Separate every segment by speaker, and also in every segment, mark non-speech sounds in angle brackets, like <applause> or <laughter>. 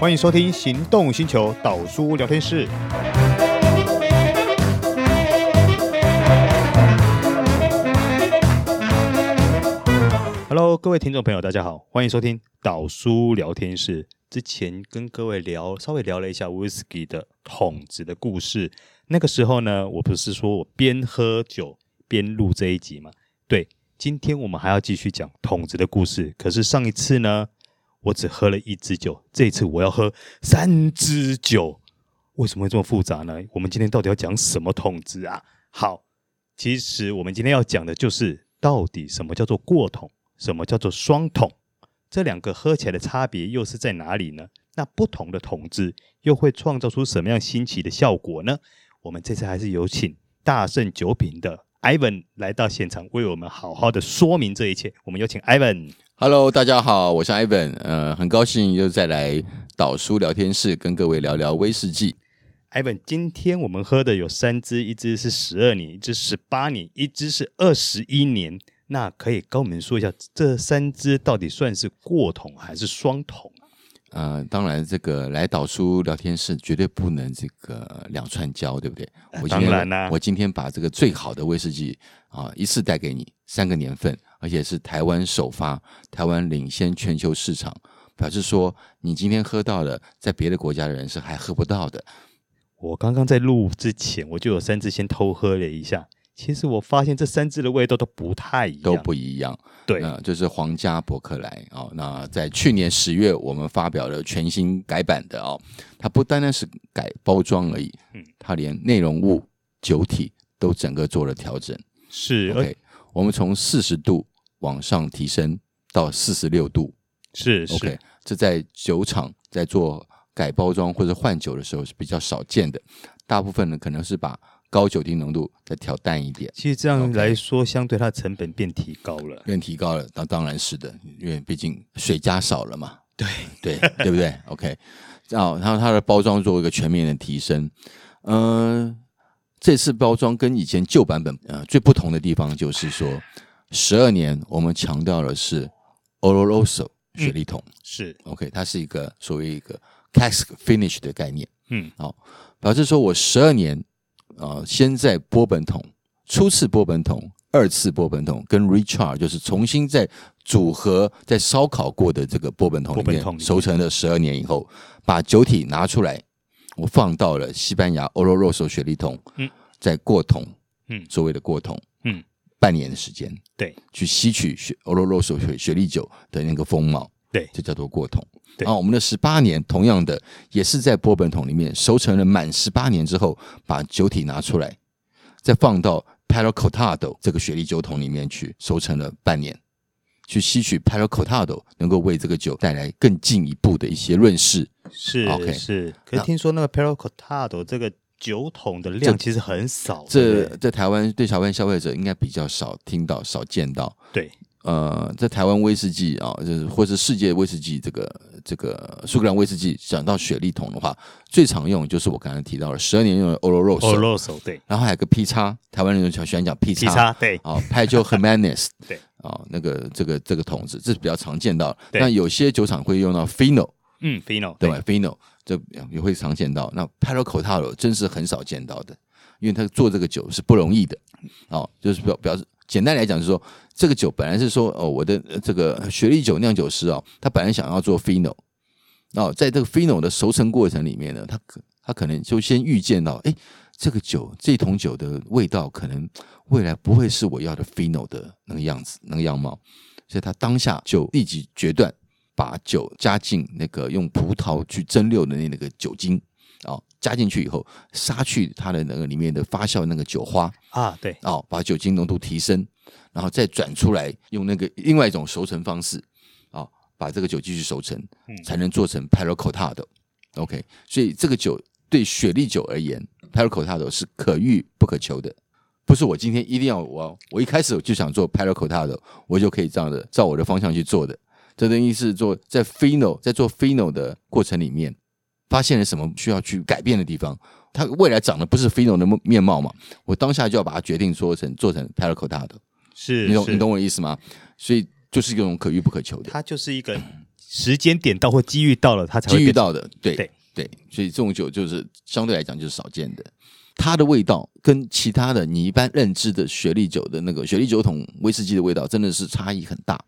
Speaker 1: 欢迎收听《行动星球》导书聊天室。Hello，各位听众朋友，大家好，欢迎收听导书聊天室。之前跟各位聊，稍微聊了一下 whisky 的桶子的故事。那个时候呢，我不是说我边喝酒边录这一集嘛？对，今天我们还要继续讲桶子的故事。可是上一次呢，我只喝了一支酒，这一次我要喝三支酒。为什么会这么复杂呢？我们今天到底要讲什么桶子啊？好，其实我们今天要讲的就是到底什么叫做过桶，什么叫做双桶，这两个喝起来的差别又是在哪里呢？那不同的桶子又会创造出什么样新奇的效果呢？我们这次还是有请大圣酒品的 Ivan 来到现场，为我们好好的说明这一切。我们有请 Ivan。
Speaker 2: Hello，大家好，我是 Ivan，呃，很高兴又再来导书聊天室跟各位聊聊威士忌。
Speaker 1: Ivan，今天我们喝的有三支，一支是十二年，一支十八年，一支是二十一年。那可以跟我们说一下，这三支到底算是过桶还是双桶啊？
Speaker 2: 呃，当然这个来导书聊天室绝对不能这个两串交，对不对？我今天
Speaker 1: 啊当然啦
Speaker 2: 我今天把这个最好的威士忌啊、一次带给你，三个年份，而且是台湾首发，台湾领先全球市场，表示说你今天喝到了，在别的国家的人是还喝不到的。
Speaker 1: 我刚刚在录之前，我就有三支先偷喝了一下。其实我发现这三支的味道都不太一样，
Speaker 2: 都不一样，
Speaker 1: 对
Speaker 2: 那就是皇家伯克莱哦。那在去年十月，我们发表了全新改版的哦，它不单单是改包装而已，
Speaker 1: 嗯
Speaker 2: 它连内容物、酒体都整个做了调整。
Speaker 1: 是呃而
Speaker 2: OK，我们从四十度往上提升到四十六度。
Speaker 1: 是是
Speaker 2: OK，这在酒厂在做改包装或者换酒的时候是比较少见的，大部分呢可能是把高酒精浓度再调淡一点。
Speaker 1: 其实这样来说，相对它的成本变提高了。
Speaker 2: 愿提高了，那当然是的，因为毕竟水加少了嘛。对 <laughs> 对对不对？OK，哦，然后它的包装做一个全面的提升。嗯、这次包装跟以前旧版本呃最不同的地方就是说，十二年我们强调的是 Oloroso 雪莉桶、
Speaker 1: 是，
Speaker 2: o k 它是一个所谓一个 cask finish 的概念。
Speaker 1: 嗯，
Speaker 2: 表示说我十二年啊、呃先在波本桶、初次波本桶、二次波本桶跟 recharge，就是重新再组合、在烧烤过的这个波本桶里
Speaker 1: 波本桶里
Speaker 2: 面
Speaker 1: 面
Speaker 2: 熟成了十二年以后，把酒体拿出来，我放到了西班牙 Oloroso 雪莉桶，
Speaker 1: 嗯，
Speaker 2: 再过桶，
Speaker 1: 嗯
Speaker 2: 所谓的过桶，
Speaker 1: 嗯，
Speaker 2: 半年的时间
Speaker 1: 对，
Speaker 2: 去吸取雪 Oloroso 雪雪莉酒的那个风貌，
Speaker 1: 对
Speaker 2: 就叫做过桶。啊
Speaker 1: 对
Speaker 2: 然后我们的十八年，同样的也是在波本桶里面熟成了满十八年之后，把酒体拿出来，再放到 p a l o Cortado 这个雪莉酒桶里面去熟成了半年，去吸取 p a l o Cortado 能够为这个酒带来更进一步的一些润饰。
Speaker 1: 是
Speaker 2: OK
Speaker 1: 是。可是
Speaker 2: 那
Speaker 1: 听说那个 p e r o c o t a d o 这个酒桶的量其实很少，对
Speaker 2: 这
Speaker 1: 不对
Speaker 2: 在台湾对台湾消费者应该比较少听到、少见到。
Speaker 1: 对
Speaker 2: 呃，在台湾威士忌啊、就是或是世界威士忌这个这个苏格兰威士忌，讲到雪莉桶的话，最常用就是我刚才提到了十二年用的 Oloroso，
Speaker 1: Oloroso 哦对，
Speaker 2: 然后还有个 P 叉，台湾人就喜欢讲 P
Speaker 1: 劈
Speaker 2: 叉
Speaker 1: 叉对，
Speaker 2: 啊 p a j o Jimenez
Speaker 1: 对
Speaker 2: 啊、那个这个这个桶子，这是比较常见到的。
Speaker 1: 对
Speaker 2: 那有些酒厂会用到 Fino，
Speaker 1: 嗯，Fino
Speaker 2: 对吧？Fino 这也会常见到。那 p a r o c o t a l o 真是很少见到的，因为他做这个酒是不容易的哦，就是表表示。简单来讲，就是说这个酒本来是说哦，我的呃这个雪莉酒酿酒师哦，他本来想要做 Fino，哦，在这个 Fino 的熟成过程里面呢，他可他可能就先预见到，诶，这个酒这桶酒的味道可能未来不会是我要的 Fino 的那个样子那个样貌，所以他当下就立即决断，把酒加进那个用葡萄去蒸馏的那那个酒精哦，加进去以后，杀去它的那个里面的发酵那个酒花
Speaker 1: 啊，对，
Speaker 2: 哦，把酒精浓度提升，然后再转出来，用那个另外一种熟成方式哦，把这个酒继续熟成，才能做成 p a r o c o t a d o OK，所以这个酒对雪莉酒而言 p a r o c o t a d o 是可遇不可求的。不是我今天一定要我我一开始我就想做 p a r o c o t a d o 我就可以这样的照我的方向去做的。这等于是做在 fino 在做 fino 的过程里面，发现了什么需要去改变的地方。它未来长的不是 fino 的面貌嘛？我当下就要把它决定做成做成 p a r o c o t a d o
Speaker 1: 是，
Speaker 2: 你懂
Speaker 1: 是
Speaker 2: 你懂我的意思吗？所以就是一种可遇不可求的。
Speaker 1: 它就是一个时间点到或机遇到了，它才
Speaker 2: 机
Speaker 1: 会
Speaker 2: 遇
Speaker 1: 变。
Speaker 2: 到的，对
Speaker 1: 对
Speaker 2: 所以这种酒就是相对来讲就是少见的，它的味道跟其他的你一般认知的雪莉酒的那个雪莉酒桶威士忌的味道真的是差异很大，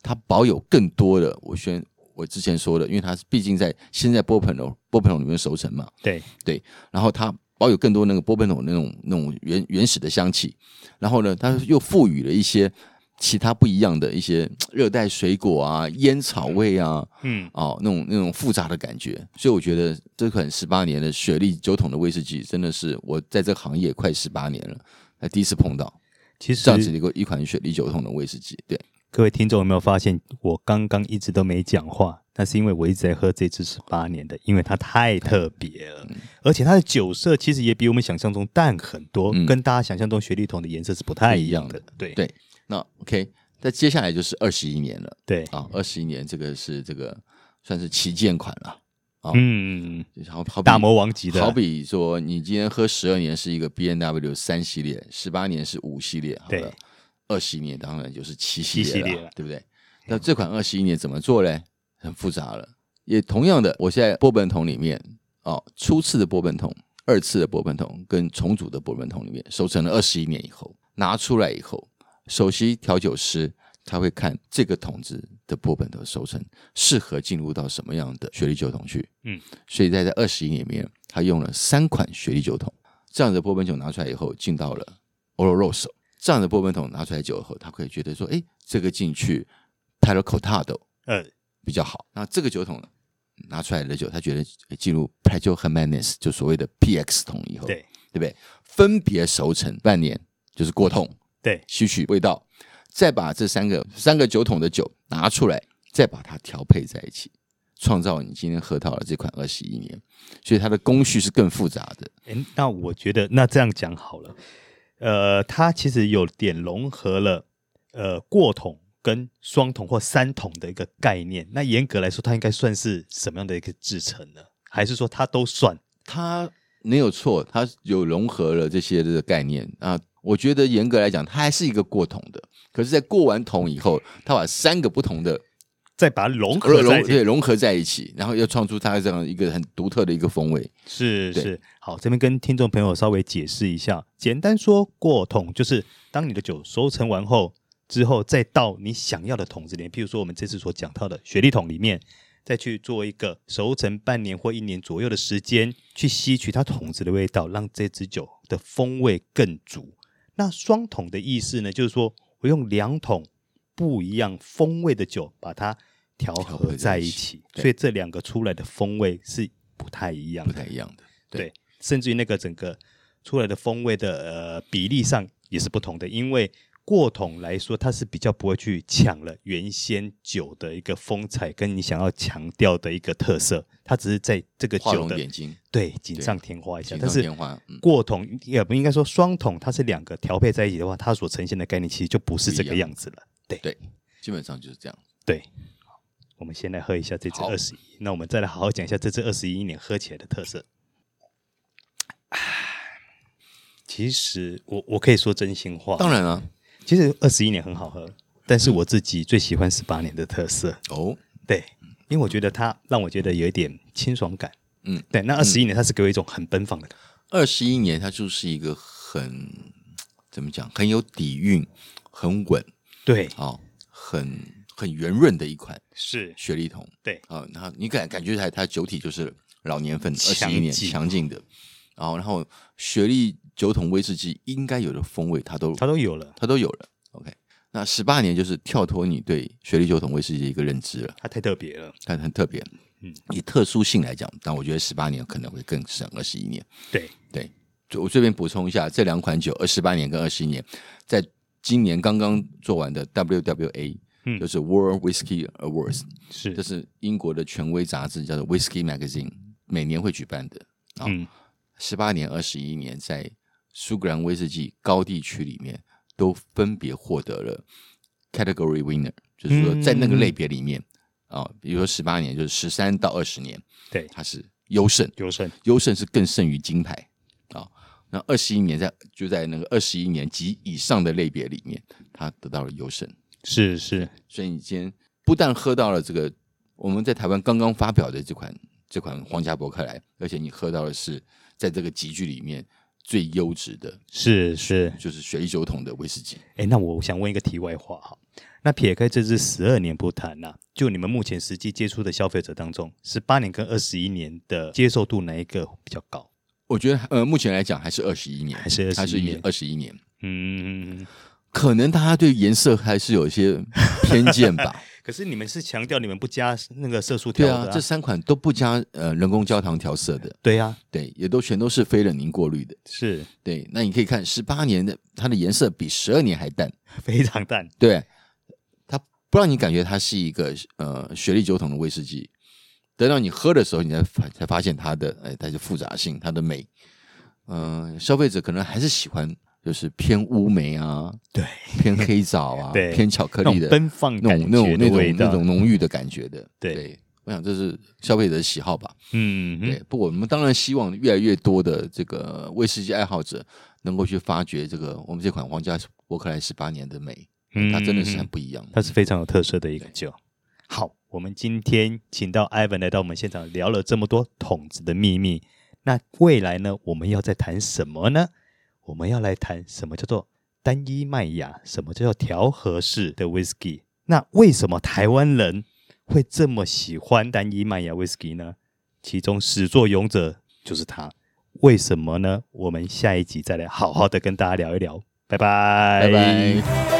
Speaker 2: 它保有更多的我宣我之前说的，因为它是毕竟在现在波本桶波本桶里面熟成嘛，
Speaker 1: 对，
Speaker 2: 然后它保有更多那个波本桶那种那种原原始的香气，然后呢，它又赋予了一些其他不一样的一些热带水果啊、烟草味啊，
Speaker 1: 嗯，
Speaker 2: 哦，那种那种复杂的感觉，所以我觉得这款十八年的雪莉酒桶的威士忌，真的是我在这个行业快十八年了，才第一次碰到
Speaker 1: 其
Speaker 2: 这样子
Speaker 1: 实
Speaker 2: 的一个一款雪莉酒桶的威士忌。对，
Speaker 1: 各位听众有没有发现，我刚刚一直都没讲话，那是因为我一直在喝这支十八年的，因为它太特别了，
Speaker 2: 嗯
Speaker 1: 而且它的酒色其实也比我们想象中淡很多，
Speaker 2: 嗯
Speaker 1: 跟大家想象中雪莉桶的颜色是不太一样的。对
Speaker 2: 对那 OK，那接下来就是二十一年了
Speaker 1: 对，
Speaker 2: 啊，二十一年这个是这个算是旗舰款了，好
Speaker 1: 嗯，
Speaker 2: 就是好好比
Speaker 1: 大魔王级的，
Speaker 2: 好比说，你今天喝十二年是一个 B N W 三系列，十八年是五系列，好
Speaker 1: 对
Speaker 2: 了，二十一年当然就是七系
Speaker 1: 七系
Speaker 2: 列了，
Speaker 1: 列了
Speaker 2: 对不对？那这款二十一年怎么做嘞？很复杂了。也同样的，我现在波本桶里面哦，初次的波本桶、二次的波本桶跟重组的波本桶里面，熟成了二十一年以后，拿出来以后，首席调酒师他会看这个桶子的波本桶熟成适合进入到什么样的雪莉酒桶去。
Speaker 1: 嗯
Speaker 2: 所以在这二十一年里面，他用了三款雪莉酒桶，这样的波本酒拿出来以后，进到了 Oloroso，这样的波本桶拿出来酒以后，他可以觉得说，哎，这个进去 p a l o Cortado
Speaker 1: 呃，
Speaker 2: 比较好。那这个酒桶呢，拿出来的酒，他觉得诶进入 p a l o Jimenez 就所谓的 PX 桶以后，
Speaker 1: 对
Speaker 2: 对不对？分别熟成半年，就是过桶，
Speaker 1: 对，
Speaker 2: 吸取味道，再把这三个三个酒桶的酒拿出来，再把它调配在一起，创造你今天喝到的这款二十一年。所以它的工序是更复杂的，
Speaker 1: 诶那我觉得那这样讲好了，呃，它其实有点融合了呃过桶跟双桶或三桶的一个概念。那严格来说，它应该算是什么样的一个制成呢？还是说它都算？
Speaker 2: 它没有错，它有融合了这些的概念啊。我觉得严格来讲，它还是一个过桶的，可是，在过完桶以后，它把三个不同的
Speaker 1: 再把它融合在
Speaker 2: 融
Speaker 1: 一起，
Speaker 2: 对融合在一起，然后又创出它这样一个很独特的一个风味。
Speaker 1: 是
Speaker 2: 对
Speaker 1: 是，好，这边跟听众朋友稍微解释一下，简单说过桶就是当你的酒收成完后，之后再到你想要的桶子里面，譬如说我们这次所讲到的雪莉桶里面，再去做一个熟成半年或一年左右的时间，去吸取它桶子的味道，让这支酒的风味更足。那双桶的意思呢，就是说我用两桶不一样风味的酒把它调
Speaker 2: 合
Speaker 1: 和
Speaker 2: 在
Speaker 1: 在
Speaker 2: 一
Speaker 1: 一
Speaker 2: 起
Speaker 1: 起，
Speaker 2: 对
Speaker 1: 所以这两个出来的风味是不太一样
Speaker 2: 不
Speaker 1: 的。
Speaker 2: 太一样的。对
Speaker 1: 对，甚至于那个整个出来的风味的呃比例上也是不同的，因为过桶来说，它是比较不会去抢了原先酒的一个风采，跟你想要强调的一个特色，它只是在这个
Speaker 2: 画
Speaker 1: 酒
Speaker 2: 龙
Speaker 1: 的
Speaker 2: 点睛，
Speaker 1: 对锦上添花一下，
Speaker 2: 锦
Speaker 1: 但
Speaker 2: 上
Speaker 1: 是
Speaker 2: 添花。嗯，
Speaker 1: 过桶也不应该说双桶，它是两个调配在一起的话，它所呈现的概念其实就不是这
Speaker 2: 不
Speaker 1: 个
Speaker 2: 一
Speaker 1: 样子了。
Speaker 2: 基本上就是这样。
Speaker 1: 对，我们先来喝一下这支
Speaker 2: 好
Speaker 1: 二十一，那我们再来好好讲一下这支二十一年喝起来的特色。其实我我可以说真心话，
Speaker 2: 当然啊，
Speaker 1: 其实二十一年很好喝，但是我自己最喜欢十八年的特色，
Speaker 2: 哦，
Speaker 1: 对，因为我觉得它让我觉得有一点清爽感，
Speaker 2: 嗯，
Speaker 1: 对，那二十一年它是给我一种很奔放的感觉，
Speaker 2: 二十一年，它就是一个很怎么讲，很有底蕴、很稳
Speaker 1: 对，
Speaker 2: 啊、哦很很圆润的一款
Speaker 1: 是
Speaker 2: 雪莉桶。
Speaker 1: 对
Speaker 2: 啊、然后你感感觉它它酒体就是老年份，二
Speaker 1: 强
Speaker 2: 十
Speaker 1: 劲
Speaker 2: 一年强劲的，然后然后雪莉酒桶威士忌应该有的风味，它都
Speaker 1: 它都有了，
Speaker 2: 它都有了。OK，那十八年就是跳脱你对雪莉酒桶威士忌的一个认知了。
Speaker 1: 它太特别了，
Speaker 2: 它很特别。
Speaker 1: 嗯
Speaker 2: 以特殊性来讲，但我觉得十八年可能会更省二十一年。
Speaker 1: 对，
Speaker 2: 对，就我这边补充一下，这两款酒，二十八年跟二十一年，在今年刚刚做完的 WWA，、
Speaker 1: 嗯
Speaker 2: 就是 World Whisky Awards，
Speaker 1: 是
Speaker 2: 这是英国的权威杂志，叫做 Whisky Magazine，每年会举办的。
Speaker 1: 嗯，
Speaker 2: 十八年、二十一年，在苏格兰威士忌高地区里面，都分别获得了 category winner，就是说在那个类别里面啊、比如说十八年就是十三到二十年，
Speaker 1: 对，
Speaker 2: 它是优胜，
Speaker 1: 优胜，
Speaker 2: 优胜是更胜于金牌啊、那二十一年在就在那个二十一年及以上的类别里面，它得到了优胜。
Speaker 1: 是是，
Speaker 2: 所以你今天不但喝到了这个我们在台湾刚刚发表的这款这款皇家伯克莱，而且你喝到的是在这个集聚里面最优质的，
Speaker 1: 是是，
Speaker 2: 就是雪莉酒桶的威士忌。
Speaker 1: 哎，那我想问一个题外话哈，那撇开这支十二年不谈呐、就你们目前实际接触的消费者当中，十八年跟二十一年的接受度哪一个比较高？
Speaker 2: 我觉得呃，目前来讲还是二十一年，
Speaker 1: 还是21
Speaker 2: 还是
Speaker 1: 年
Speaker 2: 二十一年。
Speaker 1: 嗯，
Speaker 2: 可能大家对颜色还是有一些偏见吧。
Speaker 1: 可是你们是强调你们不加那个色素调
Speaker 2: 对
Speaker 1: 的、
Speaker 2: 啊，这三款都不加呃人工焦糖调色的，
Speaker 1: 对啊，
Speaker 2: 对，也都全都是非冷凝过滤的。
Speaker 1: 是
Speaker 2: 对，那你可以看十八年的它的颜色比十二年还淡，
Speaker 1: 非常淡，
Speaker 2: 对，它不让你感觉它是一个呃雪莉酒桶的威士忌。等到你喝的时候，你才发才发现它的哎，它的复杂性，它的美。嗯、消费者可能还是喜欢就是偏乌梅啊，
Speaker 1: 对，
Speaker 2: 偏黑枣啊，
Speaker 1: <laughs> 对
Speaker 2: 偏巧克
Speaker 1: 那
Speaker 2: 力
Speaker 1: 种
Speaker 2: 的
Speaker 1: 奔放
Speaker 2: 那
Speaker 1: 感
Speaker 2: 种那
Speaker 1: 觉
Speaker 2: 种
Speaker 1: 的
Speaker 2: 那
Speaker 1: 味
Speaker 2: 种那
Speaker 1: 道，
Speaker 2: 种浓郁的感觉的。
Speaker 1: 对
Speaker 2: 我想这是消费者的喜好吧。
Speaker 1: 嗯，
Speaker 2: 对，不过我们当然希望越来越多的这个威士忌爱好者能够去发掘这个我们这款皇家伯克莱十八年的美，
Speaker 1: 嗯
Speaker 2: 它真的是很不一样。
Speaker 1: 它是非常有特色的一个酒。好，我们今天请到 Ivan 来到我们现场，聊了这么多桶子的秘密。那未来呢，我们要再谈什么呢？我们要来谈什么叫做单一麦芽，什么叫做调和式的 whisky。那为什么台湾人会这么喜欢单一麦芽 whisky 呢？其中始作俑者就是他。为什么呢？我们下一集再来好好的跟大家聊一聊。拜拜，
Speaker 2: 拜拜。